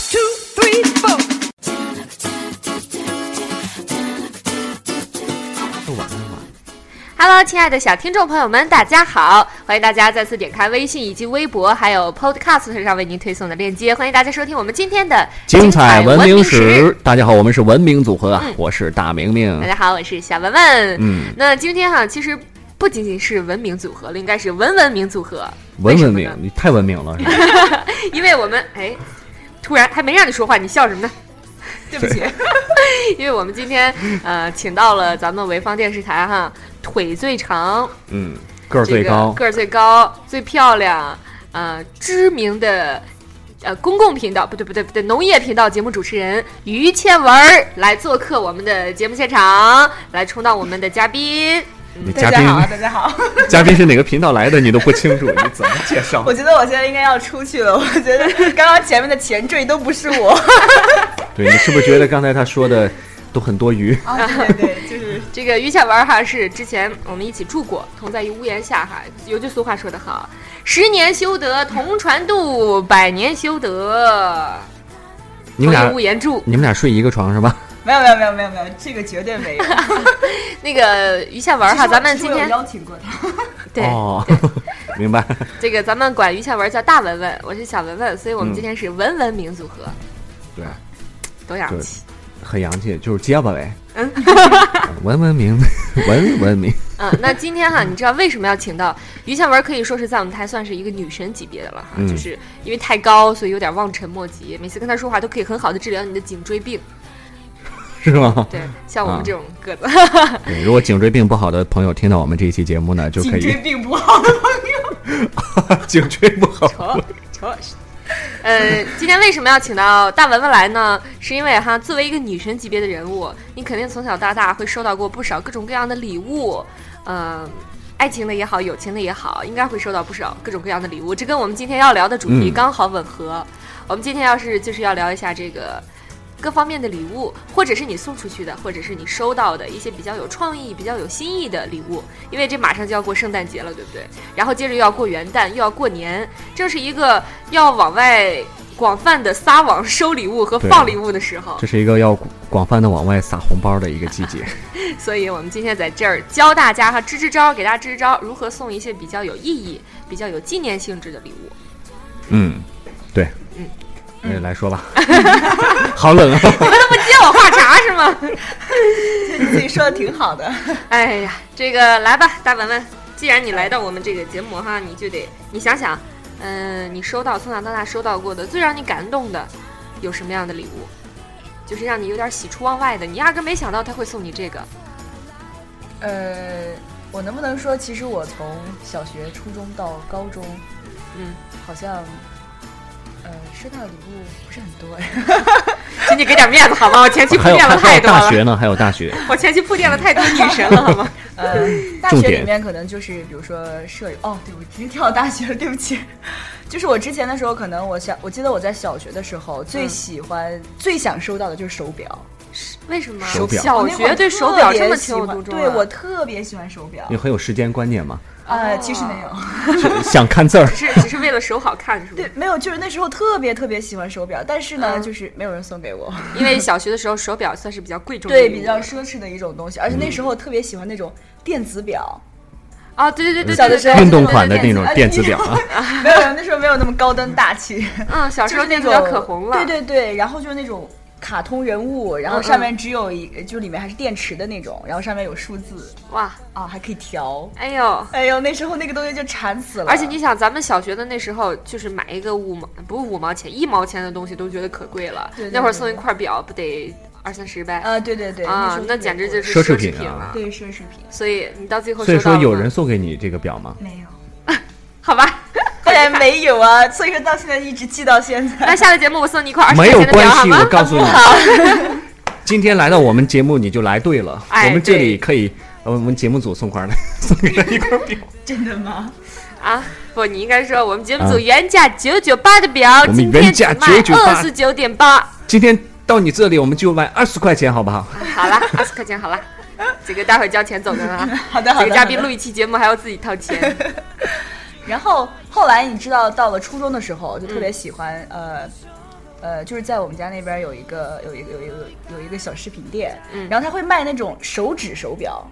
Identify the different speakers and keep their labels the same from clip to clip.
Speaker 1: Hello，亲爱的小听众朋友们，大家好！欢迎大家再次点开微信以及微博，还有 Podcast 上为您推送的链接。欢迎大家收听我们今天的
Speaker 2: 精彩文
Speaker 1: 文
Speaker 2: 明
Speaker 1: 史。
Speaker 2: 史，大家好，我们是文明组合啊，
Speaker 1: 嗯
Speaker 2: 我是大明明
Speaker 1: 大。家好，我是小文文。
Speaker 2: 嗯，
Speaker 1: 那今天哈、其实不仅仅是文明组合了，应该是文文明组合。
Speaker 2: 文文
Speaker 1: 为
Speaker 2: 明
Speaker 1: 什么，
Speaker 2: 你太文明了，是吧
Speaker 1: 呢，因为我们哎，突然还没让你说话，你笑什 么呢？对不起，因为我们今天呃，请到了咱们潍坊电视台哈，腿最长，
Speaker 2: 嗯，个儿
Speaker 1: 这
Speaker 2: 最
Speaker 1: 个
Speaker 2: 高，
Speaker 1: 个儿最高，最漂亮，呃，知名的呃公共频道不对不对不对农业频道节目主持人于倩文儿来做客我们的节目现场，来充当我们的嘉宾。
Speaker 2: 你
Speaker 3: 大
Speaker 2: 嘉
Speaker 3: 家好啊，
Speaker 2: 宾
Speaker 3: 大家好！
Speaker 2: 嘉宾是哪个频道来的，你都不清楚，你怎么介 绍
Speaker 3: 我？觉得我现在应该要出去了。我觉得刚刚前面的前缀都不是我。
Speaker 2: 对你是不是觉得刚才他说的都很多余？
Speaker 3: 啊，对对对，就是
Speaker 1: 这个于倩文儿哈是之前我们一起住过，同在一屋檐下哈。有句俗话说得好，十年修得同船渡，百年修得
Speaker 2: 你们
Speaker 1: 同
Speaker 2: 俩
Speaker 1: 一屋檐住。
Speaker 2: 你们俩睡一个床是吧？
Speaker 3: 没有没有没有没有没有，这个绝对没有。
Speaker 1: 那个于倩文儿哈，咱们
Speaker 3: 其实
Speaker 1: 今
Speaker 3: 我
Speaker 1: 天
Speaker 3: 邀请过他，
Speaker 1: 对、
Speaker 2: 哦， 明白。
Speaker 1: 这个咱们管于倩文叫大文文，我是小文文，所以我
Speaker 2: 嗯
Speaker 1: 们今天是文文明组合，
Speaker 2: 对，
Speaker 1: 都洋
Speaker 2: 对
Speaker 1: 气。
Speaker 2: 很洋气，就是结巴呗。文文明，文文明。
Speaker 1: 嗯，那今天哈，你知道为什么要请到于倩文？可以说是在我们台算是一个女神级别的了哈，
Speaker 2: 嗯
Speaker 1: 就是因为太高，所以有点望尘莫及。每次跟她说话都可以很好的治疗你的颈椎病。
Speaker 2: 是吗？
Speaker 1: 对，像我们
Speaker 2: 啊
Speaker 1: 这种个子，
Speaker 2: 对，如果颈椎病不好的朋友听到我们这一期节目呢，就可
Speaker 3: 颈椎
Speaker 2: 以
Speaker 3: 病不 好的朋友。
Speaker 2: 颈椎不好。
Speaker 1: 瞅瞅。 呃，今天为什么要请到大文文来呢？是因为哈，作为一个女神级别的人物，你肯定从小到大会收到过不少各种各样的礼物，嗯、爱情的也好，友情的也好，应该会收到不少各种各样的礼物。这跟我们今天要聊的主题
Speaker 2: 嗯
Speaker 1: 刚好吻合。我们今天要是就是要聊一下这个各方面的礼物，或者是你送出去的，或者是你收到的一些比较有创意、比较有新意的礼物。因为这马上就要过圣诞节了，对不对？然后接着又要过元旦，又要过年，这是一个要往外广泛的撒网收礼物和
Speaker 2: 对
Speaker 1: 放礼物的时候
Speaker 2: 这。是一个要广泛的往外撒红包的一个季节。
Speaker 1: 所以我们今天在这儿教大家哈，支支招，给大家支支招，如何送一些比较有意义、比较有纪念性质的礼物。
Speaker 2: 嗯，对，
Speaker 1: 嗯
Speaker 2: 那就来说吧。好冷啊！
Speaker 1: 接我话茬是吗？
Speaker 3: 你自己说的挺好的。
Speaker 1: 哎呀，这个来吧，大文文，既然你来到我们这个节目哈，你就得你想想，嗯、你收到从小到大收到过的最让你感动的，有什么样的礼物？就是让你有点喜出望外的，你压根没想到他会送你这个。
Speaker 3: 呃，我能不能说，其实我从小学、初中到高中，
Speaker 1: 嗯，
Speaker 3: 好像。呃，收到的礼物不是很多，
Speaker 1: 请你给点面子好吗？我前期铺
Speaker 2: 还有
Speaker 1: 垫了
Speaker 2: 还
Speaker 1: 太
Speaker 2: 有
Speaker 1: 多
Speaker 2: 大
Speaker 1: 了，
Speaker 2: 学呢，还有大学。
Speaker 1: 我前期铺垫了太多女神了好 吗？
Speaker 3: 呃，大
Speaker 2: 重
Speaker 3: 学里
Speaker 2: 点
Speaker 3: 面可能就是比如说舍友，哦，对我直接跳到大学了，对不起。 就是我之前的时候，可能我想，我记得我在小学的时候最
Speaker 1: 嗯
Speaker 3: 喜欢、最想收到的就是手表。哦
Speaker 1: 为什么？
Speaker 2: 手表
Speaker 1: 小
Speaker 3: 我那会
Speaker 1: 学
Speaker 3: 儿
Speaker 1: 对
Speaker 3: 特
Speaker 1: 手表
Speaker 3: 别
Speaker 1: 这么
Speaker 3: 喜
Speaker 1: 情有
Speaker 3: 欢
Speaker 1: 独钟啊、哦
Speaker 3: 对我特别喜欢手表
Speaker 2: 你。很有时间观念嘛？
Speaker 3: 呃，其实没有，
Speaker 2: 就想看字儿，
Speaker 1: 只是只是为了手好看是吗
Speaker 3: 对？， 没有，就是那时候特别特别喜欢手表，但是呢，
Speaker 1: 嗯
Speaker 3: 就是没有人送给我，
Speaker 1: 因为小学的时候手表算是比较贵重的礼
Speaker 3: 对，
Speaker 1: 物，
Speaker 3: 比较奢侈的一种东西，而且那时候特别喜欢那种电子 表，
Speaker 1: 啊，对对对对，
Speaker 3: 小的时候
Speaker 1: 对
Speaker 2: 运
Speaker 1: 对对
Speaker 2: 动款的那种电子表啊。
Speaker 3: 没有，那时候没有那么高端大气。
Speaker 1: 嗯，小时
Speaker 3: 就
Speaker 1: 候
Speaker 3: 是那
Speaker 1: 那个
Speaker 3: 种
Speaker 1: 比较可红了，嗯
Speaker 3: 对对对，然后就是那种卡通人物，然后上面只有一，就里面还是电池的那种，然后上面有数字
Speaker 1: 哇，
Speaker 3: 啊，还可以调。
Speaker 1: 哎呦！
Speaker 3: 哎呦，那时候那个东西就馋死了，
Speaker 1: 而且你想，咱们小学的那时候，就是买一个五毛，不是五毛钱，一毛钱的东西都觉得可贵了。
Speaker 3: 对对
Speaker 1: 那会儿
Speaker 3: 对
Speaker 1: 送一块表，不得二三十呗？
Speaker 3: 呃，对对对，时
Speaker 1: 啊
Speaker 3: 候，特别
Speaker 1: 那简直
Speaker 3: 贵
Speaker 1: 就是
Speaker 2: 奢侈
Speaker 1: 品
Speaker 2: 品啊
Speaker 3: 对奢侈品
Speaker 1: 所以你到最后
Speaker 2: 所以
Speaker 1: 收到
Speaker 2: 说
Speaker 1: 了吗，
Speaker 2: 有人送给你这个表吗？
Speaker 3: 没有，
Speaker 1: 好吧？
Speaker 3: 当然没有啊，所以说到现在一直记到现 在。
Speaker 1: 那下个节目我送你一块二十
Speaker 2: 没
Speaker 1: 块
Speaker 2: 有
Speaker 1: 钱的
Speaker 2: 关
Speaker 1: 表好
Speaker 2: 系，
Speaker 1: 吗
Speaker 2: 我？告诉你， 今天来到我们节目你就来对了，
Speaker 1: 哎
Speaker 2: 我们这
Speaker 1: 对
Speaker 2: 里可以，呃我们节目组送块儿来 送给他一块 表。
Speaker 3: 真的吗？
Speaker 1: 啊，不，你应该说我们节目组
Speaker 2: 啊
Speaker 1: 原价九九八的表，
Speaker 2: 我们
Speaker 1: 今天
Speaker 2: 原
Speaker 1: 只
Speaker 2: 价
Speaker 1: 卖
Speaker 2: 998
Speaker 1: 二十九点八。
Speaker 2: 今天到你这里我们就卖二十块钱，好不好？
Speaker 1: 好啦，二十块钱好啦。 这个待会儿交钱走的啊。
Speaker 3: 好的好
Speaker 1: 这个
Speaker 3: 的。
Speaker 1: 嘉宾
Speaker 3: 好的
Speaker 1: 录一期节目还要自己掏钱，
Speaker 3: 然后后来你知道，到了初中的时候，就特别喜欢、呃。呃，就是在我们家那边有一个有一个有一个有一个小饰品店，
Speaker 1: 嗯
Speaker 3: 然后他会卖那种手指手表，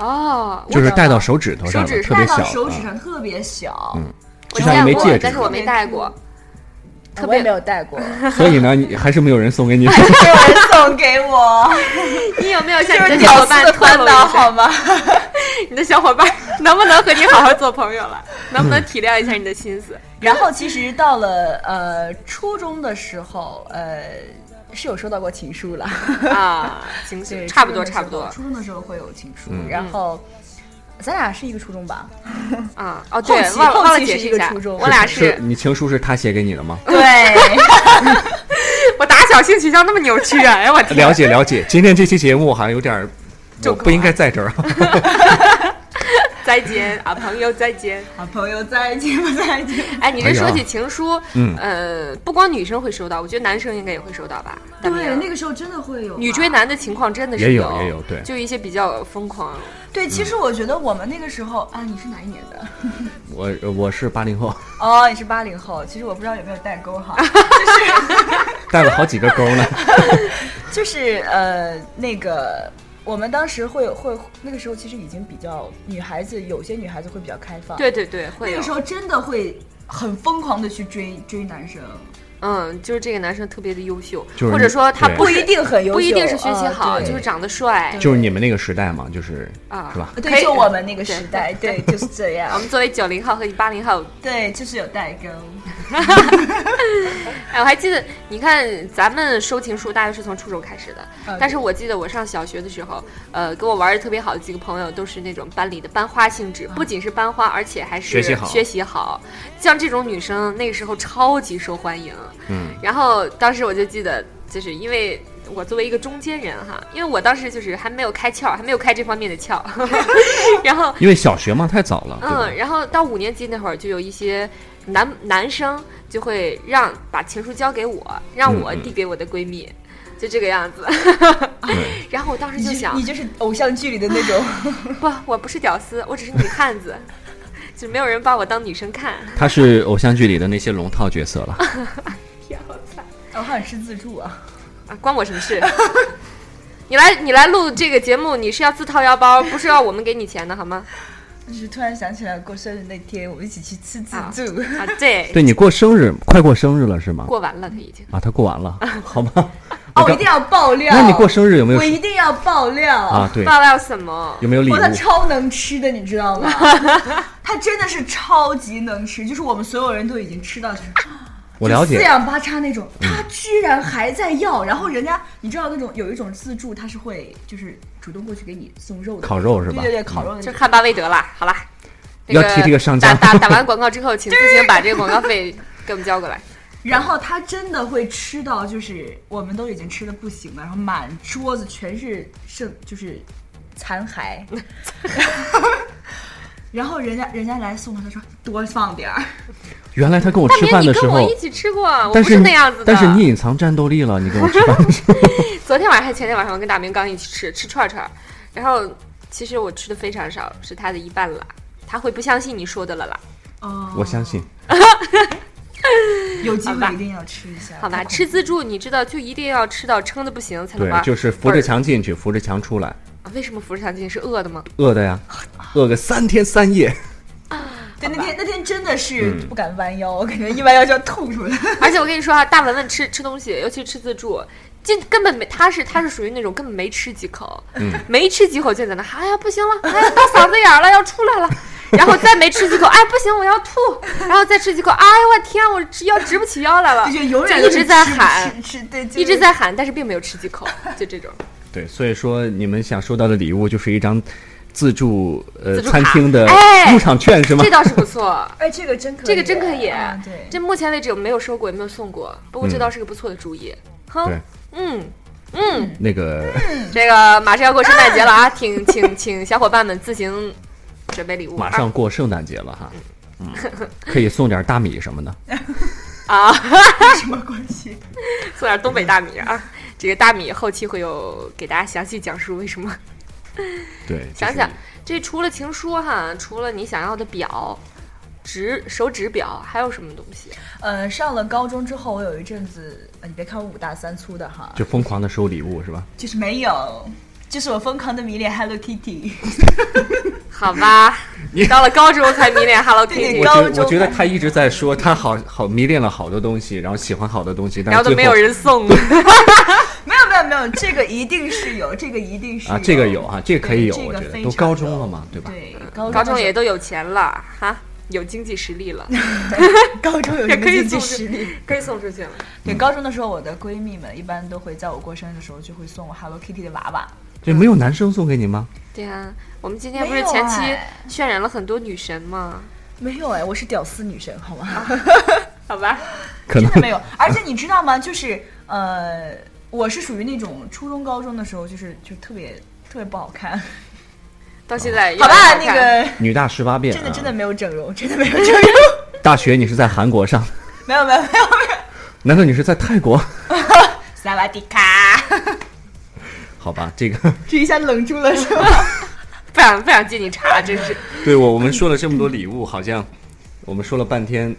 Speaker 1: 哦，我
Speaker 2: 就是戴到手指头上
Speaker 1: 手
Speaker 2: 了，
Speaker 1: 指
Speaker 2: 特
Speaker 3: 戴
Speaker 2: 别
Speaker 3: 到
Speaker 2: 小，
Speaker 3: 手指
Speaker 2: 啊
Speaker 3: 上特别小，
Speaker 2: 嗯
Speaker 1: 我
Speaker 2: 就像一枚
Speaker 1: 见
Speaker 2: 戒
Speaker 1: 过，
Speaker 2: 指
Speaker 1: 但是我没戴过。特
Speaker 3: 我
Speaker 1: 别
Speaker 3: 也没有戴过，
Speaker 2: 所 以呢，你还是没有人送给你。
Speaker 3: 没有人送给我，
Speaker 1: 你有没有向
Speaker 3: 就
Speaker 1: 你
Speaker 3: 是
Speaker 1: 的小
Speaker 3: 屌
Speaker 1: 伙
Speaker 3: 丝
Speaker 1: 伴
Speaker 3: 的
Speaker 1: 透
Speaker 3: 烦
Speaker 1: 露一
Speaker 3: 恼
Speaker 1: 下？
Speaker 3: 好吗？
Speaker 1: 你的小伙伴 能不能和你好好做朋友了？ 能不能体谅一下你的心思？
Speaker 3: 然后其实到了呃初中的时候，呃是有收到过情书了，
Speaker 1: 啊，情绪差不多，差不多
Speaker 3: 初中的时候会有情书，
Speaker 2: 嗯
Speaker 3: 然后咱俩是一个初中 吧？
Speaker 1: 啊。哦，对，
Speaker 3: 后期
Speaker 1: 忘了
Speaker 3: 后期
Speaker 1: 忘了解
Speaker 3: 是
Speaker 1: 释
Speaker 3: 一个
Speaker 1: 下，
Speaker 3: 初中
Speaker 1: 我俩
Speaker 2: 是
Speaker 1: 是
Speaker 2: 你情书是他写给你的吗？
Speaker 3: 对，
Speaker 1: 我打小性取向那么扭曲啊！哎呀，我天，
Speaker 2: 了解了解，今天这期节目好像有点儿，
Speaker 3: 就
Speaker 2: 我不应该在 这儿啊。
Speaker 1: 再见啊，朋友，再 见。
Speaker 3: 好朋友再见不再 见？
Speaker 1: 哎，你这
Speaker 2: 哎呀
Speaker 1: 说起情书，
Speaker 2: 嗯
Speaker 1: 呃，不光女生会收到，我觉得男生应该也会收到吧？大明
Speaker 3: 对，那个时候真的会有
Speaker 1: 女追。男的情况真的是
Speaker 2: 也
Speaker 1: 有
Speaker 2: 有也有对
Speaker 1: 就一些比较疯狂。
Speaker 3: 对，
Speaker 1: 嗯
Speaker 3: 其实我觉得我们那个时候啊，你是哪一年的？
Speaker 2: 我我是八零后，
Speaker 3: 哦，你是八零后。其实我不知道有没有代 沟哈，
Speaker 2: 带了好几个勾呢。
Speaker 3: 就是呃那个。我们当时会会那个时候其实已经比较女孩子，有些女孩子会比较开放，
Speaker 1: 对对对，
Speaker 3: 那
Speaker 1: 会有
Speaker 3: 个时。候真的会很疯狂的去追追男生，
Speaker 1: 嗯，就是这个男生特别的优秀，
Speaker 2: 就是
Speaker 1: 或者说他
Speaker 2: 对
Speaker 1: 不
Speaker 3: 不
Speaker 1: 是
Speaker 3: 一定很优秀，
Speaker 1: 不一定是学习
Speaker 3: 呃
Speaker 1: 好，
Speaker 3: 对
Speaker 1: 就是长得帅
Speaker 3: 对
Speaker 2: 就是你们那个时代嘛，就是
Speaker 1: 啊，
Speaker 2: 是吧
Speaker 1: 可以
Speaker 3: 哦对，就我们那个时代，对，就是这
Speaker 1: 我
Speaker 3: 样，
Speaker 1: 们作为九零后和一八零后，
Speaker 3: 对，就是有代沟。
Speaker 1: 哎，我还记得，你看咱们收情书大约是从初中开始的，
Speaker 3: 啊
Speaker 1: 嗯但是我记得我上小学的时候，呃，跟我玩的特别好的几个朋友都是那种班里的班花性质，不仅是班花，而且还是
Speaker 2: 学习好
Speaker 1: 学习好。像这种女生那个时候超级受欢迎，
Speaker 2: 嗯，
Speaker 1: 然后当时我就记得，就是因为我作为一个中间人哈，因为我当时就是还没有开窍，还没有开这方面的窍， 然后
Speaker 2: 因为小学嘛太早了，对吧
Speaker 1: 嗯，？然后到五年级那会儿，就有一些男男生就会让把情书交给我，让我
Speaker 2: 嗯嗯
Speaker 1: 递给我的闺蜜，就这个样子。
Speaker 2: 对，
Speaker 1: 然后我当时
Speaker 3: 你
Speaker 1: 就是想
Speaker 3: 你，就是偶像剧里的那种，哦
Speaker 1: 不，我不是屌丝，我只是女汉子，就没有人把我当女生看。
Speaker 2: 他是偶像剧里的那些龙套角色 了。
Speaker 1: 哎
Speaker 3: 我好想吃自助啊！
Speaker 1: 啊，关我什么事？ 你来，你来录这个节目，你是要自掏腰包，不是要我们给你钱的好吗？
Speaker 3: 就是突然想起来过生日那天，我们一起去吃自助，
Speaker 1: 啊，对，
Speaker 2: 对你过生日，快过生日了是吗？
Speaker 1: 过完了，他已经。
Speaker 2: 啊，他过完了，好 吗？
Speaker 3: 哦，我
Speaker 2: 刚
Speaker 3: 一定要爆料。
Speaker 2: 那你过生日有没有
Speaker 3: 我一定要爆料
Speaker 2: 啊？！对，
Speaker 1: 爆料什么？
Speaker 2: 有没有礼物
Speaker 3: 我？他超能吃的，你知道 吗？他真的是超级能吃，就是我们所有人都已经吃到就是。
Speaker 2: 我了
Speaker 3: 就
Speaker 2: 解嗯
Speaker 3: 四，仰八叉那种，他居然还在要，然后人家你知道那种有一种自助，他是会就是主动过去给你送肉的
Speaker 2: 烤肉是吧嗯
Speaker 3: 对对对，烤肉的那
Speaker 1: 就
Speaker 3: 种。
Speaker 1: 看巴威德啦，好啦，那
Speaker 2: 要替这个商家
Speaker 1: 打打打完广 告之后，请自行把这个广告费给我们交过来。
Speaker 3: 然后他真的会吃到，就是我们都已经吃的不行了，然后满桌子全是剩就是残 骸，然后人家人家来送他，他说多放点儿，
Speaker 2: 原来他跟我吃
Speaker 1: 大
Speaker 2: 饭的
Speaker 1: 明，你
Speaker 2: 时
Speaker 1: 跟我
Speaker 2: 候
Speaker 1: 一，起吃过，我不
Speaker 2: 但
Speaker 1: 是
Speaker 2: 是
Speaker 1: 那样子的。
Speaker 2: 但是你隐藏战斗力了，你跟我吃饭的时候，
Speaker 1: 昨天晚上还前天晚上，我跟大明刚一起吃吃串串，然后其实我吃的非常少，是他的一半啦。他会不相信你说的了啦，
Speaker 3: 哦，
Speaker 2: 我相信
Speaker 3: 有机
Speaker 1: 好吧
Speaker 3: 会一定要吃一下，
Speaker 1: 好吧？
Speaker 3: 太恐怖
Speaker 1: 吃自助你知道就一定要吃到撑的不行才能
Speaker 2: 对
Speaker 1: 玩，。
Speaker 2: 就是扶着墙进去，扶着墙出来，
Speaker 1: 啊为什么扶着墙进是饿的吗？
Speaker 2: 饿的呀，饿个三天三夜，
Speaker 3: 对，那天那天真的是
Speaker 2: 嗯
Speaker 3: 不敢弯腰，我感觉一弯腰就要吐出来。
Speaker 1: 而且我跟你说啊，大文文吃吃东西，尤其吃自助，这根本没，他是他是属于那种根本没吃几口，
Speaker 2: 嗯
Speaker 1: 没吃几口就在那，哎呀不行了，哎呀到嗓子眼儿了要出来了，然后再没吃几口，哎不行我要吐，然后再吃几口，哎呀我天我直要直不起腰来了，
Speaker 3: 就永远
Speaker 1: 啊就一
Speaker 3: 都是
Speaker 1: 直在
Speaker 3: 吃
Speaker 1: 喊，
Speaker 3: 吃吃对，就是
Speaker 1: 一直在喊，但是并没有吃几口，就这种。
Speaker 2: 对，所以说你们想收到的礼物就是一张自助呃
Speaker 1: 自助卡
Speaker 2: 餐厅的
Speaker 1: 哎
Speaker 2: 入场券是吗
Speaker 1: 这？倒是不错，
Speaker 3: 哎，这个真可以，
Speaker 1: 这个真可以
Speaker 3: 啊对，
Speaker 1: 这目前为止我没有收过，也没有送过，不过
Speaker 2: 嗯
Speaker 1: 这倒是个不错的主意。哼
Speaker 2: 对，
Speaker 1: 嗯，
Speaker 2: 那个
Speaker 1: 这个马上要过圣诞节了啊， 请请请小伙伴们自行准备礼物。
Speaker 2: 马上过圣诞节了哈，嗯，可以送点大米什么的。
Speaker 1: 啊，
Speaker 3: 有什么关系？
Speaker 1: 做点东北大米啊。这个大米后期会有给大家详细讲述为什么
Speaker 4: 对，就是
Speaker 1: 想想这除了情书哈，除了你想要的表、指手指表，还有什么东西？
Speaker 3: 呃，上了高中之后，我有一阵子，呃你别看我五大三粗的哈，
Speaker 2: 就疯狂的收礼物是吧？
Speaker 3: 就是没有，就是我疯狂的迷恋 Hello Kitty。
Speaker 1: 好吧，你到了高中才迷恋 Hello
Speaker 3: 对
Speaker 1: Kitty，
Speaker 2: 我
Speaker 3: 哎高
Speaker 2: 觉得
Speaker 3: 中
Speaker 2: 我觉得他一直在说他好好迷恋了好多东西，然后喜欢好多东西，但
Speaker 1: 然
Speaker 2: 是
Speaker 1: 后都
Speaker 2: 最
Speaker 1: 没有人送。
Speaker 3: 没有没有没有，这个一定是有，这个一定是
Speaker 2: 啊，这个有啊，这个可以有，
Speaker 3: 对这
Speaker 2: 我
Speaker 3: 个
Speaker 2: 觉得
Speaker 3: 非
Speaker 2: 都
Speaker 3: 常
Speaker 2: 高中
Speaker 3: 有
Speaker 2: 了嘛，对吧？
Speaker 3: 对，高
Speaker 1: 高中
Speaker 3: 的时
Speaker 1: 也
Speaker 3: 候
Speaker 1: 都有钱了哈，有经济实力了，
Speaker 3: 高中有
Speaker 1: 也
Speaker 3: 什么
Speaker 1: 可以
Speaker 3: 经济
Speaker 1: 送
Speaker 3: 实
Speaker 1: 这
Speaker 3: 力？
Speaker 1: 可以送出去了。
Speaker 3: 对，高中的时候，我的闺蜜们一般都会在我过生日的时候就会送我 Hello Kitty 的娃娃。
Speaker 2: 这哎没有男生送给你吗？
Speaker 1: 对啊，我们今天不
Speaker 3: 没
Speaker 1: 是
Speaker 3: 有
Speaker 1: 前期
Speaker 3: 哎
Speaker 1: 渲染了很多女神吗？
Speaker 3: 没有哎，我是屌丝女神，好吗？
Speaker 1: 好吧，
Speaker 2: 可能
Speaker 3: 真的没有。而且你知道吗？就是呃，我是属于那种初中、高中的时候，就是就特别特别不好看。
Speaker 1: 到现在
Speaker 3: 好吧，
Speaker 1: 越来越
Speaker 3: 那
Speaker 1: 看
Speaker 3: 个
Speaker 2: 女大十八变、啊，
Speaker 3: 真的真的没有整容，真的没有整容，
Speaker 2: 大学你是在韩国上，
Speaker 3: 没有没有没有没有。
Speaker 2: 难道你是在泰国？
Speaker 3: 萨瓦迪卡，
Speaker 2: 好吧，这个
Speaker 3: 这一下冷住了是吧？
Speaker 1: 不想不想进你茶，真 是。
Speaker 2: 对我我们说了这么多礼物，好像我们说了半天，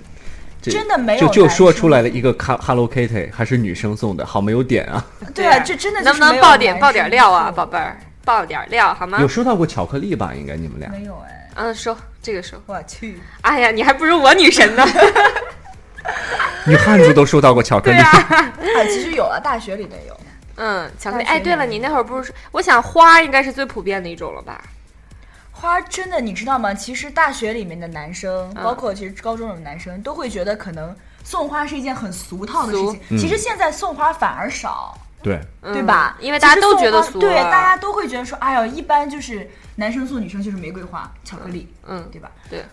Speaker 2: 这
Speaker 3: 真的
Speaker 1: 哎
Speaker 3: 没有
Speaker 2: 就就
Speaker 3: 男
Speaker 2: 说
Speaker 3: 生
Speaker 2: 出来了一个卡 Hello Kitty 还是女生送的，好没有点啊！
Speaker 3: 对啊，这真的就
Speaker 1: 能
Speaker 3: 是
Speaker 1: 不能
Speaker 3: 没有
Speaker 1: 爆点
Speaker 3: 男
Speaker 1: 爆点
Speaker 3: 生
Speaker 1: 料啊，
Speaker 3: 送
Speaker 1: 宝贝儿，爆点料好吗
Speaker 2: 有？收到过巧克力吧？应该你们俩
Speaker 3: 没有哎，
Speaker 1: 嗯，说这个说，
Speaker 3: 我去，
Speaker 1: 哎呀，你还不如我女神呢。
Speaker 2: 女汉子都收到过巧克
Speaker 1: 对
Speaker 2: 力，
Speaker 1: 啊，
Speaker 3: 啊，其实有啊，大学里面有。
Speaker 1: 嗯，巧克力。
Speaker 3: 大学
Speaker 1: 哎，对了，
Speaker 3: 里
Speaker 1: 你那会儿不是说，我想花应该是最普遍的一种了吧？
Speaker 3: 花儿真的，你知道吗？其实大学里面的男生，
Speaker 1: 嗯
Speaker 3: 包括其实高中里面的男生，都会觉得可能送花是一件很俗套的事
Speaker 1: 俗
Speaker 3: 情。其实现在送花反而少，
Speaker 2: 对，
Speaker 1: 嗯
Speaker 3: 对吧？
Speaker 1: 因为大家都觉得
Speaker 3: 其实
Speaker 1: 俗，
Speaker 3: 送
Speaker 1: 啊
Speaker 3: 花对，大家都会觉得说，哎呦，一般就是男生送女生就是玫瑰花、巧克力，
Speaker 1: 嗯
Speaker 3: 对吧？
Speaker 1: 对，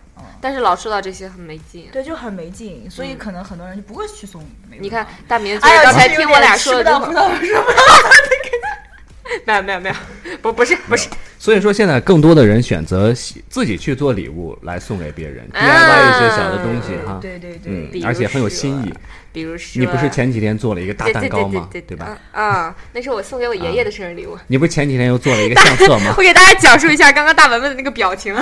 Speaker 1: 但是老说到这些很没劲。
Speaker 3: 对，就很没劲，所以可能很多人就不会去送玫瑰花。
Speaker 1: 嗯你看，大明就是
Speaker 3: 哎呦，
Speaker 1: 刚才
Speaker 3: 其实有
Speaker 1: 听我俩
Speaker 3: 点
Speaker 1: 说
Speaker 3: 吃
Speaker 1: 的
Speaker 3: 不
Speaker 1: 这
Speaker 3: 到葡
Speaker 1: 会儿，
Speaker 3: 萄是吧？
Speaker 1: 没有没有没有，不不是不是，
Speaker 2: 所以说现在更多的人选择喜自己去做礼物来送给别人、d
Speaker 1: 啊
Speaker 2: i y 一些小的东西哈，
Speaker 3: 对对对，
Speaker 2: 嗯
Speaker 1: 比，如
Speaker 2: 而且很有新意
Speaker 1: 说。比如说
Speaker 2: 你不是前几天做了一个大蛋糕吗？
Speaker 1: 对对对对对
Speaker 2: 吧？？
Speaker 1: 嗯啊，那是我送给我爷爷的生日礼物。
Speaker 2: 你不是前几天又做了 一个相册吗？
Speaker 1: 我给大家讲述一下刚刚大文文的那个表情。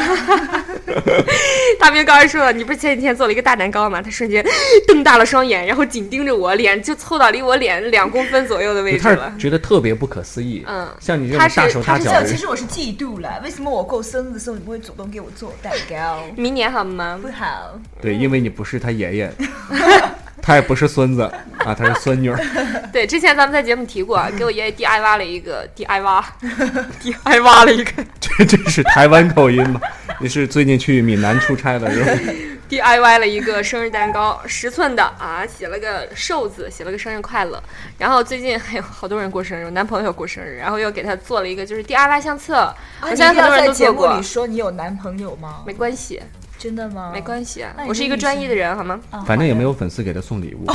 Speaker 1: 大明刚才说了，你不是前几天做了一个大蛋糕吗？他瞬间瞪大了双眼，然后紧盯着我，脸就凑到离我脸两公分左右的位置
Speaker 2: 他是
Speaker 1: 了。
Speaker 2: 觉得特别不可思议，
Speaker 1: 嗯
Speaker 2: 像你这
Speaker 1: 他
Speaker 2: 种
Speaker 1: 是
Speaker 2: 大手大
Speaker 3: 他是
Speaker 2: 脚
Speaker 3: 这样，
Speaker 2: 的
Speaker 3: 其
Speaker 2: 人，
Speaker 3: 实我是嫉妒了。为什么我过生日的时候你不会主动给我做蛋糕？
Speaker 1: 明年好吗
Speaker 3: 不？好，
Speaker 1: 嗯
Speaker 2: 对，因为你不是他爷爷，他也不是孙子啊，他是孙女儿。
Speaker 1: 对，之前咱们在节目提过，给我爷爷 DIY 了一个 DIY，DIY 了一个
Speaker 2: 这这是台湾口音吗？你是最近去闽南出差的是 吧？
Speaker 1: DIY 了一个生日蛋糕， 十寸的啊，写了个寿字，写了个生日快乐。然后最近还有好多人过生日，我男朋友过生日，然后又给他做了一个就是 DIY 相册，我
Speaker 3: 啊你
Speaker 1: 相
Speaker 3: 要
Speaker 1: 信很多人
Speaker 3: 在
Speaker 1: 都
Speaker 3: 节
Speaker 1: 做
Speaker 3: 目
Speaker 1: 过
Speaker 3: 里。说你有男朋友吗
Speaker 1: 没？关系，
Speaker 3: 真的吗？
Speaker 1: 没关系啊
Speaker 3: 那，你
Speaker 1: 我是一个专一的人，好吗？
Speaker 3: 啊
Speaker 2: 反正也没。
Speaker 3: 好
Speaker 2: 有粉丝给他送礼物。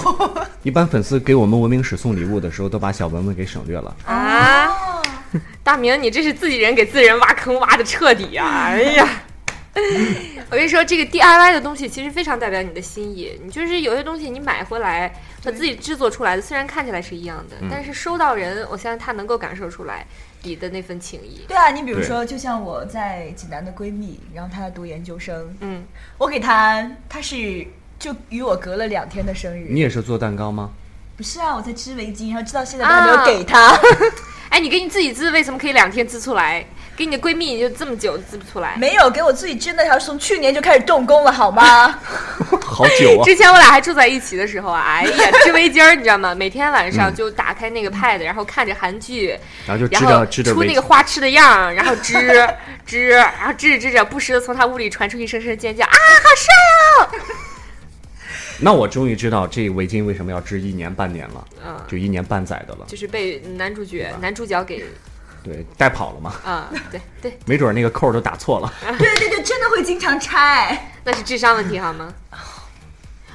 Speaker 2: 一般粉丝给我们文明史送礼物的时候，都把小文文给省略了。
Speaker 1: 啊，
Speaker 3: 的
Speaker 1: 大明，你这是自己人给自己人挖坑挖的彻底呀、哎呀，我跟你说，这个 DIY 的东西其实非常代表你的心意。你就是有些东西你买回来和自己制作出来的，虽然看起来是一样的，但是收到人，我相信他能够感受出来你的那份情谊。
Speaker 3: 对啊，你比如
Speaker 2: 对
Speaker 3: 说，就像我在济南的闺蜜，然后她在读研究生，
Speaker 1: 嗯，
Speaker 3: 我给她，她是就与我隔了两天的生
Speaker 2: 你
Speaker 3: 日。
Speaker 2: 也是做蛋糕吗？
Speaker 3: 不是啊，我在织围巾，然后直到现在
Speaker 1: 啊
Speaker 3: 都还没有给她。
Speaker 1: 哎，你给你自己织，为什么可以两天织出来？给你的闺蜜你就这么久织不出来？
Speaker 3: 没有给我自己织那条从去年就开始动工了，好吗？
Speaker 2: 好久啊！
Speaker 1: 之前我俩还住在一起的时候啊，哎呀，织围巾儿，你知道吗？每天晚上就打开那个 pad，然后看着韩剧，
Speaker 2: 然后就
Speaker 1: 然
Speaker 2: 织
Speaker 1: 后
Speaker 2: 着织着
Speaker 1: 出
Speaker 2: 围
Speaker 1: 那个
Speaker 2: 巾，
Speaker 1: 花痴的样儿，然后织织，然后织着织着，不时的从他屋里传出一声声尖叫啊，好帅哦！
Speaker 2: 那我终于知道这围巾为什么要织一年半年了，
Speaker 1: 嗯
Speaker 2: 就一年半载的了。
Speaker 1: 就是被男主角男主角给
Speaker 2: 对，带跑了嘛，
Speaker 1: 啊、对对，
Speaker 2: 没准儿那个扣儿 都打错了。
Speaker 3: 对对对，真的会经常拆。
Speaker 1: 那是智商问题好吗？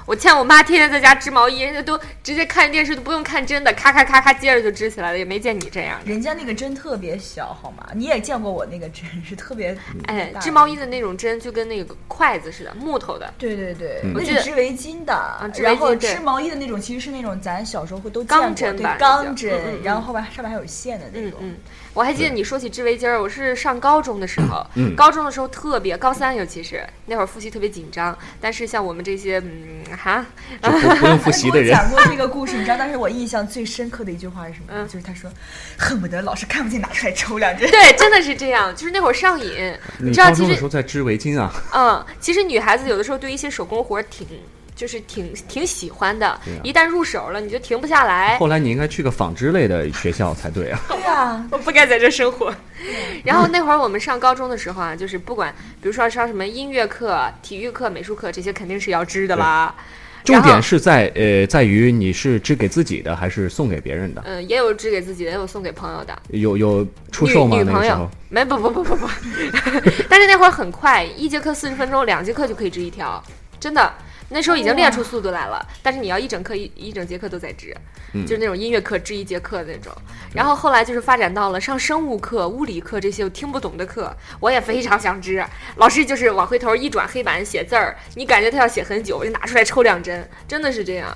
Speaker 1: 我欠我妈天天在家织毛衣，人家都直接看电视都不用看针的，咔咔咔咔接着就织起来了，也没见你这样的。
Speaker 3: 人家那个针特别小，好吗？你也见过我那个针是特别
Speaker 1: 哎，
Speaker 3: 大
Speaker 1: 织毛衣的那种针就跟那个筷子似的，木头的，
Speaker 3: 对对对，
Speaker 2: 嗯
Speaker 3: 那
Speaker 1: 我记得啊
Speaker 3: 是织围巾的，
Speaker 1: 织围巾
Speaker 3: 然后
Speaker 1: 对
Speaker 3: 织毛衣的那种，其实是那种咱小时候会都见
Speaker 1: 钢
Speaker 3: 过
Speaker 1: 针吧
Speaker 3: 对钢
Speaker 1: 那叫嗯嗯
Speaker 3: 针
Speaker 1: 嗯，
Speaker 3: 然后后边上面还有线的那
Speaker 1: 嗯
Speaker 3: 种。
Speaker 1: 嗯，我还记得你说起织围巾儿，我是上高中的时候，
Speaker 2: 嗯
Speaker 1: 高中的时候特别，高三尤其是那会儿复习特别紧张，但是像我们这些嗯哈，
Speaker 2: 就不不用复
Speaker 3: 他
Speaker 2: 习的
Speaker 3: 给我
Speaker 2: 人，
Speaker 3: 讲过这个故事，你知道？但是我印象最深刻的一句话是什么？
Speaker 1: 嗯
Speaker 3: 就是他说，恨不得老师看不见拿出来抽两针。
Speaker 1: 对，真的是这样，就是那会儿上瘾，
Speaker 2: 你
Speaker 1: 知道
Speaker 2: 高
Speaker 1: 其
Speaker 2: 中的
Speaker 1: 实
Speaker 2: 时候在织围巾啊，
Speaker 1: 嗯，其实女孩子有的时候对一些手工活儿挺。就是挺挺喜欢的，
Speaker 2: 对啊
Speaker 1: 一旦入手了，你就停不下来。
Speaker 2: 后来你应该去个纺织类的学校才对啊。
Speaker 3: 对啊，
Speaker 1: 我不该在这生活。 然后那会儿我们上高中的时候啊，就是不管，比如说上什么音乐课、体育课、美术课，这些肯定是要知的啦。
Speaker 2: 重
Speaker 1: 然后
Speaker 2: 点是在呃，在于你是织给自己的还是送给别人的？
Speaker 1: 嗯，也有织给自己的，也有送给朋友的。
Speaker 2: 有有出售吗？
Speaker 1: 女女
Speaker 2: 那个
Speaker 1: 朋
Speaker 2: 时
Speaker 1: 友
Speaker 2: 候
Speaker 1: 没不不不不不， 但是那会儿很快，一节课四十分钟，两节课就可以织一条，真的。那时候已经练出速度来了，但是你要一整课一一整节课都在织，
Speaker 2: 嗯
Speaker 1: 就是那种音乐课织一节课的那种。然后后来就是发展到了上生物课、物理课这些我听不懂的课，我也非常想织。 老师就是往回头一转黑板写字儿，你感觉他要写很久，我就拿出来抽两针，真的是这样。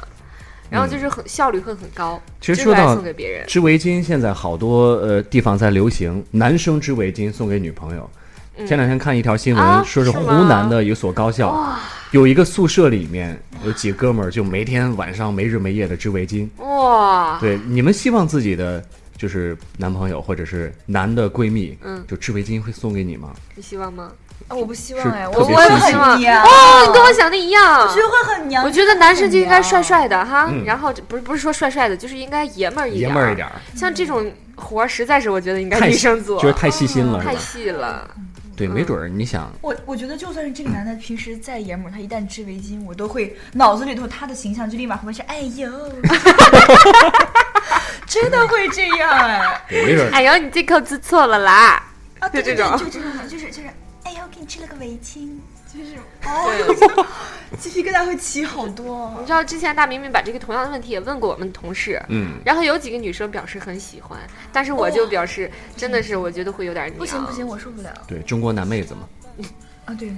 Speaker 1: 然后就是很、效率会很高，
Speaker 2: 嗯其实
Speaker 1: 织出
Speaker 2: 说
Speaker 1: 来
Speaker 2: 到
Speaker 1: 送给别人，
Speaker 2: 织围巾，现在好多呃地方在流行，男生织围巾送给女朋友。
Speaker 1: 嗯
Speaker 2: 前两天看一条新闻，
Speaker 1: 啊
Speaker 2: 说是
Speaker 1: 是
Speaker 2: 湖
Speaker 1: 吗
Speaker 2: 南的一所高校，有一个宿舍里面有几哥们儿就每天晚上没日没夜的织围巾。
Speaker 1: 哇，
Speaker 2: 对，你们希望自己的就是男朋友或者是男的闺蜜，
Speaker 1: 嗯
Speaker 2: 就织围巾会送给你吗？
Speaker 1: 你希望吗？
Speaker 3: 啊我不希
Speaker 2: 是
Speaker 3: 望哎，
Speaker 2: 特
Speaker 3: 我
Speaker 2: 别
Speaker 3: 会
Speaker 2: 细
Speaker 1: 心细
Speaker 3: 很娘，
Speaker 1: 哦，你跟我想的一样
Speaker 3: 嗯我。觉得会很娘。
Speaker 1: 我觉得男生就应该帅帅的哈，
Speaker 2: 嗯
Speaker 1: 然后就不是不是说帅帅的，就是应该爷们儿一
Speaker 2: 爷
Speaker 1: 点。
Speaker 2: 们儿一。点儿，
Speaker 1: 像这种活儿，实在是我觉得应该
Speaker 2: 太
Speaker 1: 女
Speaker 2: 细
Speaker 1: 生做，
Speaker 2: 就是太细心了，是
Speaker 1: 太
Speaker 2: 吧？
Speaker 1: 细了。
Speaker 2: 对，
Speaker 1: 嗯
Speaker 2: 没准儿你想
Speaker 3: 我我觉得就算是这个男的平时再爷们儿，他一旦织围巾，我都会脑子里头他的形象就立马会是哎呦， 真的会这样哎
Speaker 2: 对没准儿
Speaker 1: 哎呦，你这口字错了啦！
Speaker 3: 啊！对
Speaker 1: 就
Speaker 3: 对
Speaker 1: 这
Speaker 3: 对，
Speaker 1: 种
Speaker 3: 就这种，就是就是，哎呀，我给你织了个围巾，就是
Speaker 1: 对
Speaker 3: 哦，我觉得鸡皮疙瘩会起好多。
Speaker 1: 你知道之前大明明把这个同样的问题也问过我们同事，
Speaker 2: 嗯，
Speaker 1: 然后有几个女生表示很喜欢，但是我就表示真的是我觉得会有点娘
Speaker 3: 哦不行不行，，我受不了
Speaker 2: 对中国男妹子嘛，
Speaker 3: 啊！对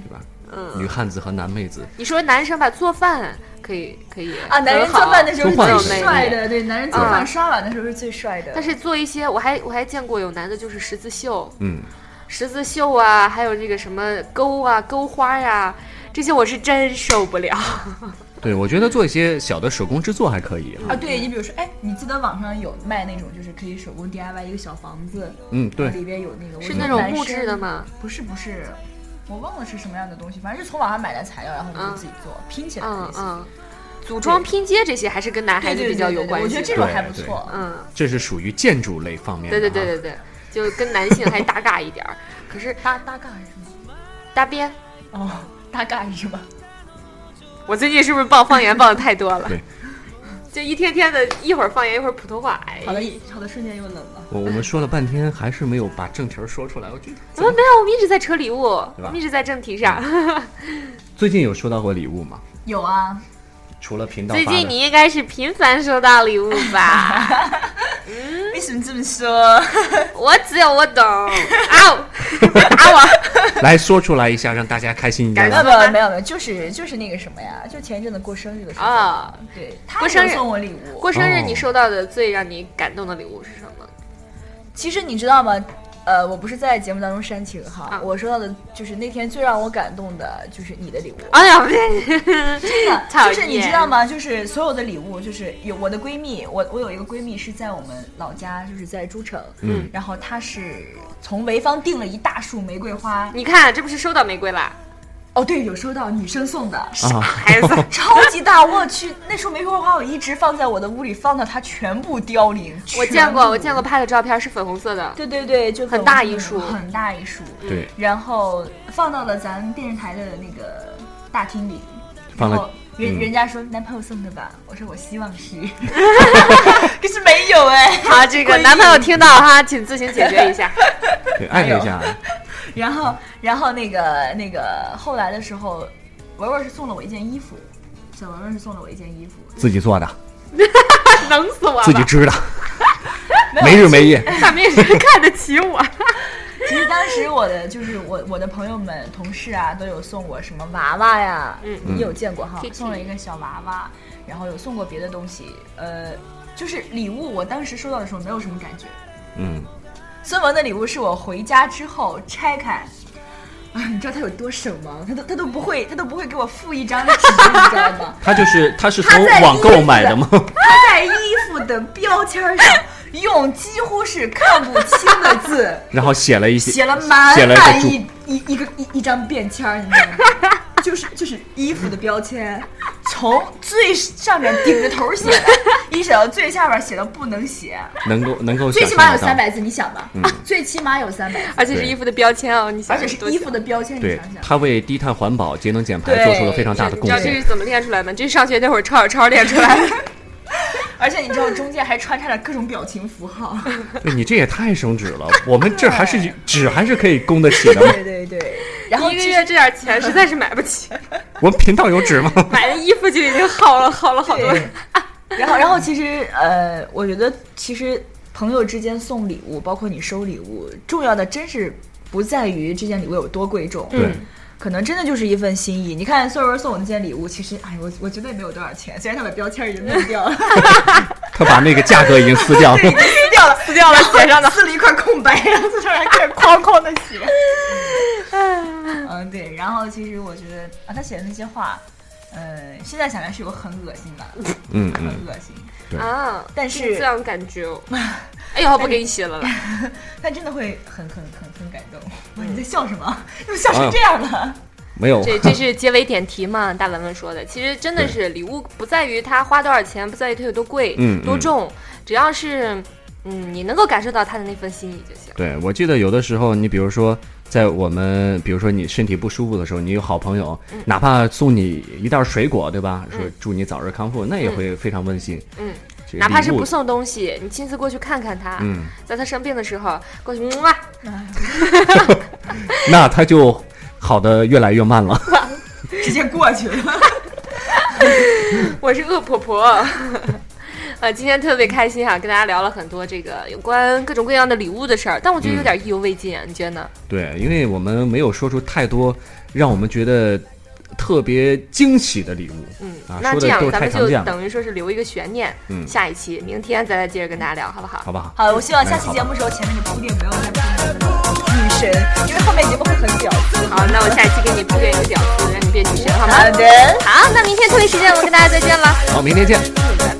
Speaker 1: 嗯，
Speaker 2: 女汉子和男妹子，
Speaker 1: 你说男生吧，做饭可以可以
Speaker 3: 啊，男人
Speaker 1: 很
Speaker 3: 做
Speaker 1: 好
Speaker 3: 饭的时候是
Speaker 2: 做
Speaker 3: 最
Speaker 1: 饭
Speaker 3: 帅的，对，男人做
Speaker 1: 嗯
Speaker 3: 饭刷碗的时候是最帅的。
Speaker 1: 但是做一些，我还我还见过有男的，就是十字绣，
Speaker 2: 嗯，
Speaker 1: 十字绣啊，还有这个什么钩啊、钩花呀、这些我是真受 不了。
Speaker 2: 对，我觉得做一些小的手工制作还可以啊
Speaker 3: 啊，对你比如说，哎，你记得网上有卖那种就是可以手工 DIY 一个小房子，
Speaker 2: 嗯，对，
Speaker 3: 里边有那个我觉
Speaker 1: 是
Speaker 3: 得
Speaker 1: 那种
Speaker 3: 男
Speaker 1: 木
Speaker 3: 生
Speaker 1: 质的吗？
Speaker 3: 不是不是，我忘了是什么样的东西，反正是从网上买来材料，然后你
Speaker 1: 嗯
Speaker 3: 就自己做，拼起来的
Speaker 1: 嗯
Speaker 3: 那些。
Speaker 1: 嗯，组装拼接这些还是跟男孩
Speaker 3: 对
Speaker 1: 子
Speaker 3: 对
Speaker 1: 比
Speaker 3: 对
Speaker 1: 较
Speaker 3: 对
Speaker 1: 有
Speaker 3: 对
Speaker 1: 关
Speaker 3: 我
Speaker 1: 系
Speaker 3: 觉
Speaker 1: 的。
Speaker 3: 得这种
Speaker 2: 对
Speaker 3: 还不
Speaker 2: 对
Speaker 3: 错。
Speaker 1: 嗯，
Speaker 2: 这是属于建筑类方面的
Speaker 1: 对
Speaker 2: 啊，
Speaker 1: 对对对对，就跟男性还搭嘎一点儿。可是
Speaker 3: 搭搭嘎是什么？
Speaker 1: 搭边，
Speaker 3: 哦，搭嘎是什么？
Speaker 1: 我最近是不是报方言报的太多了？
Speaker 2: 对，
Speaker 1: 就一天天的，一会儿方言，一会儿普通话。哎，
Speaker 3: 好了，好的，瞬间又冷了。
Speaker 2: 我我们说了半天还是没有把正题儿说出来，我觉得
Speaker 1: 我们没有，我们一直在扯礼
Speaker 2: 对
Speaker 1: 物，我
Speaker 2: 吧嗯
Speaker 1: 们一直在正题上。
Speaker 2: 最近有收到过礼物吗？
Speaker 3: 有啊，
Speaker 2: 除了频道
Speaker 1: 最
Speaker 2: 发
Speaker 1: 近
Speaker 2: 的
Speaker 1: 你应该是频繁收到礼物 吧？
Speaker 3: 为什么这么说？
Speaker 1: 我只有我 懂。啊，打我！
Speaker 2: 来说出来一下，让大家开心一点
Speaker 1: 感
Speaker 3: 没有
Speaker 1: 觉
Speaker 2: 吧。
Speaker 3: 没有没有没有，就是就是那个什么呀，就前一阵子过生日的时候
Speaker 1: 啊，
Speaker 3: 对，他
Speaker 1: 过
Speaker 3: 没
Speaker 1: 生
Speaker 3: 有
Speaker 1: 日
Speaker 3: 送我礼物。
Speaker 1: 过生日
Speaker 2: 哦
Speaker 1: 你收到的最让你感动的礼物是什么？
Speaker 3: 其实你知道吗？呃，我不是在节目当中煽情哈，
Speaker 1: 啊
Speaker 3: 我收到的就是那天最让我感动的就是你的礼物。
Speaker 1: 哎呀， 不是，
Speaker 3: 真的
Speaker 1: 讨厌
Speaker 3: 就是你知道吗？就是所有的礼物，就是有我的闺蜜，我我有一个闺蜜是在我们老家，就是在诸城，
Speaker 2: 嗯，
Speaker 3: 然后她是从潍坊订了一大束玫瑰花，
Speaker 1: 你看这不是收到玫瑰啦？
Speaker 3: 哦，对，有收到女生送的，
Speaker 2: 啊，
Speaker 1: 孩 子，
Speaker 3: 超级大，我去，那束玫瑰花我一直放在我的屋里，放到它全部凋零，
Speaker 1: 我
Speaker 3: 全
Speaker 1: 见过，
Speaker 3: 部
Speaker 1: 我见过，拍的照片是粉红色的。
Speaker 3: 对对对，就
Speaker 1: 很大一束
Speaker 3: 很大一束，
Speaker 2: 对，
Speaker 3: 然后放到了咱们电视台的那个大厅里，
Speaker 2: 放了
Speaker 3: 然后
Speaker 1: 哦
Speaker 3: 人、
Speaker 2: 嗯
Speaker 3: 人家说男朋友送的吧，我说我希望是， 可是没有哎。
Speaker 1: 好，这个
Speaker 3: 闺蜜
Speaker 1: 男朋友听到哈，请自行解 决一下。
Speaker 2: 对，艾特一下，
Speaker 3: 然后然后那个那个后来的时候，文文是送了我一件衣服，小文文是送了我一件衣服，
Speaker 2: 自己做的，
Speaker 1: 能死我了！
Speaker 2: 自己织的，
Speaker 3: 没有
Speaker 2: 没日没夜。
Speaker 1: 他们也是看得起 我，
Speaker 3: 其实当时我的就是我我的朋友们同事啊，都有送我什么娃娃呀，
Speaker 1: 嗯
Speaker 3: 你有见过哈？
Speaker 1: Kitty
Speaker 3: 送了一个小娃娃，然后有送过别的东西，呃，就是礼物，我当时收到的时候没有什么感觉。
Speaker 2: 嗯，
Speaker 3: 孙文的礼物是我回家之后拆开。啊，你知道他有多省吗？他都他都不会，他都不会给我附一张纸，你知道 吗？
Speaker 4: 他就是他是
Speaker 3: 他
Speaker 4: 从
Speaker 3: 在
Speaker 4: 网
Speaker 3: 衣
Speaker 4: 购
Speaker 3: 服
Speaker 4: 买的吗？
Speaker 3: 他在衣服的标签上用几乎是看不清的字
Speaker 2: 然后写了一些，
Speaker 3: 写了满
Speaker 2: 写了一个
Speaker 3: 满
Speaker 2: 注
Speaker 3: 一一一个一一张便签儿，你知道吗？就是就是衣服的标签，从最上面顶着头儿写的，一写到最下边儿写的不能写，
Speaker 2: 能够能够
Speaker 3: 最
Speaker 2: 想嗯
Speaker 3: 起码
Speaker 2: 象
Speaker 3: 有
Speaker 2: 得
Speaker 3: 三
Speaker 2: 到。
Speaker 3: 百字，你想吧，最起码有三百字，
Speaker 1: 而且是衣服的标签哦，你想
Speaker 3: 而且是
Speaker 1: 多
Speaker 3: 衣
Speaker 1: 小
Speaker 3: 服的标签，你
Speaker 2: 对
Speaker 3: 想想，
Speaker 2: 他为低碳环保、节能减排做出了非常大的
Speaker 3: 对
Speaker 2: 贡
Speaker 1: 你知道这
Speaker 2: 献。
Speaker 1: 是怎么练出来吗？这是上学那会儿抄小抄练出来的。
Speaker 3: 而且你知道中间还穿插着各种表情符号，
Speaker 2: 对你这也太省纸了，我们这还是纸还是可以供得起的吗？
Speaker 3: 对对对， 然后
Speaker 1: 一个
Speaker 3: 其实
Speaker 1: 月这点钱实在是买不起，
Speaker 2: 我们频道有纸吗？
Speaker 1: 买的衣服就已经薅了薅了好多。
Speaker 3: 对，然后，然后其实呃，我觉得其实朋友之间送礼物，包括你收礼物，重要的真是不在于这件礼物有多贵重，
Speaker 2: 对，
Speaker 3: 可能真的就是一份心意。你看穗儿送我那件礼物，其实哎，我我觉得也没有多少钱，虽然他把标签儿已经弄掉了，
Speaker 2: 他把那个价格已经撕掉了。
Speaker 3: 撕掉了，
Speaker 1: 撕掉了写上的
Speaker 3: 撕了一块空白，然后在上面开始 哐哐的写。嗯，对，然后其实我觉得啊，他写的那些话，呃，现在想来是有很恶心的，
Speaker 2: 嗯
Speaker 3: 很
Speaker 2: 嗯，
Speaker 3: 恶心。
Speaker 1: 啊，
Speaker 3: 但是
Speaker 1: 这样感觉 哦，哎呦，不给你写了啦。
Speaker 3: 但真的会很很很很感动。哇，你在笑什么？怎么笑成这样了？
Speaker 2: 没有。
Speaker 1: 这这是结尾点题嘛？大文文说的，其实真的是礼物不在于它花多少钱，不在于它有多贵、
Speaker 2: 嗯
Speaker 1: 多
Speaker 2: 嗯
Speaker 1: 重，只要是嗯你能够感受到他的那份心意就行。
Speaker 2: 对，我记得有的时候，你比如说，在我们，比如说你身体不舒服的时候，你有好朋友，哪怕送你一袋水果，对吧？说祝你早日康复，那也会非常温馨。
Speaker 1: 嗯
Speaker 2: 这
Speaker 1: 哪怕是
Speaker 2: 礼物
Speaker 1: 不，送东西，你亲自过去看看他，
Speaker 2: 嗯，
Speaker 1: 在他生病的时候过去，哇，
Speaker 2: 那他就好的越来越慢了。
Speaker 3: 直接过去了。
Speaker 1: 我是恶婆 婆。呃，今天特别开心哈、跟大家聊了很多这个有关各种各样的礼物的事儿，但我觉
Speaker 2: 嗯
Speaker 1: 得有点意犹未尽啊，你觉得呢？
Speaker 2: 对，因为我们没有说出太多让我们觉得特别惊喜的礼物。
Speaker 1: 嗯，
Speaker 2: 啊
Speaker 1: 那
Speaker 2: 说的
Speaker 1: 这样
Speaker 2: 都是
Speaker 1: 咱们
Speaker 2: 太常
Speaker 1: 就
Speaker 2: 见了
Speaker 1: 等于说是留一个悬念，
Speaker 2: 嗯
Speaker 1: 下一期明天再来接着跟大家聊，好不好？
Speaker 2: 好不好？
Speaker 3: 好，我希望下期节目时候前面的铺垫不要太女神，因为后面节目会很屌。
Speaker 1: 好，那我下一期给你铺垫一个屌丝，让你变女神，好吗？
Speaker 3: 的，
Speaker 1: 好，那明天特别时间我们跟大家再见了。
Speaker 2: 好，明天见。
Speaker 3: 拜拜。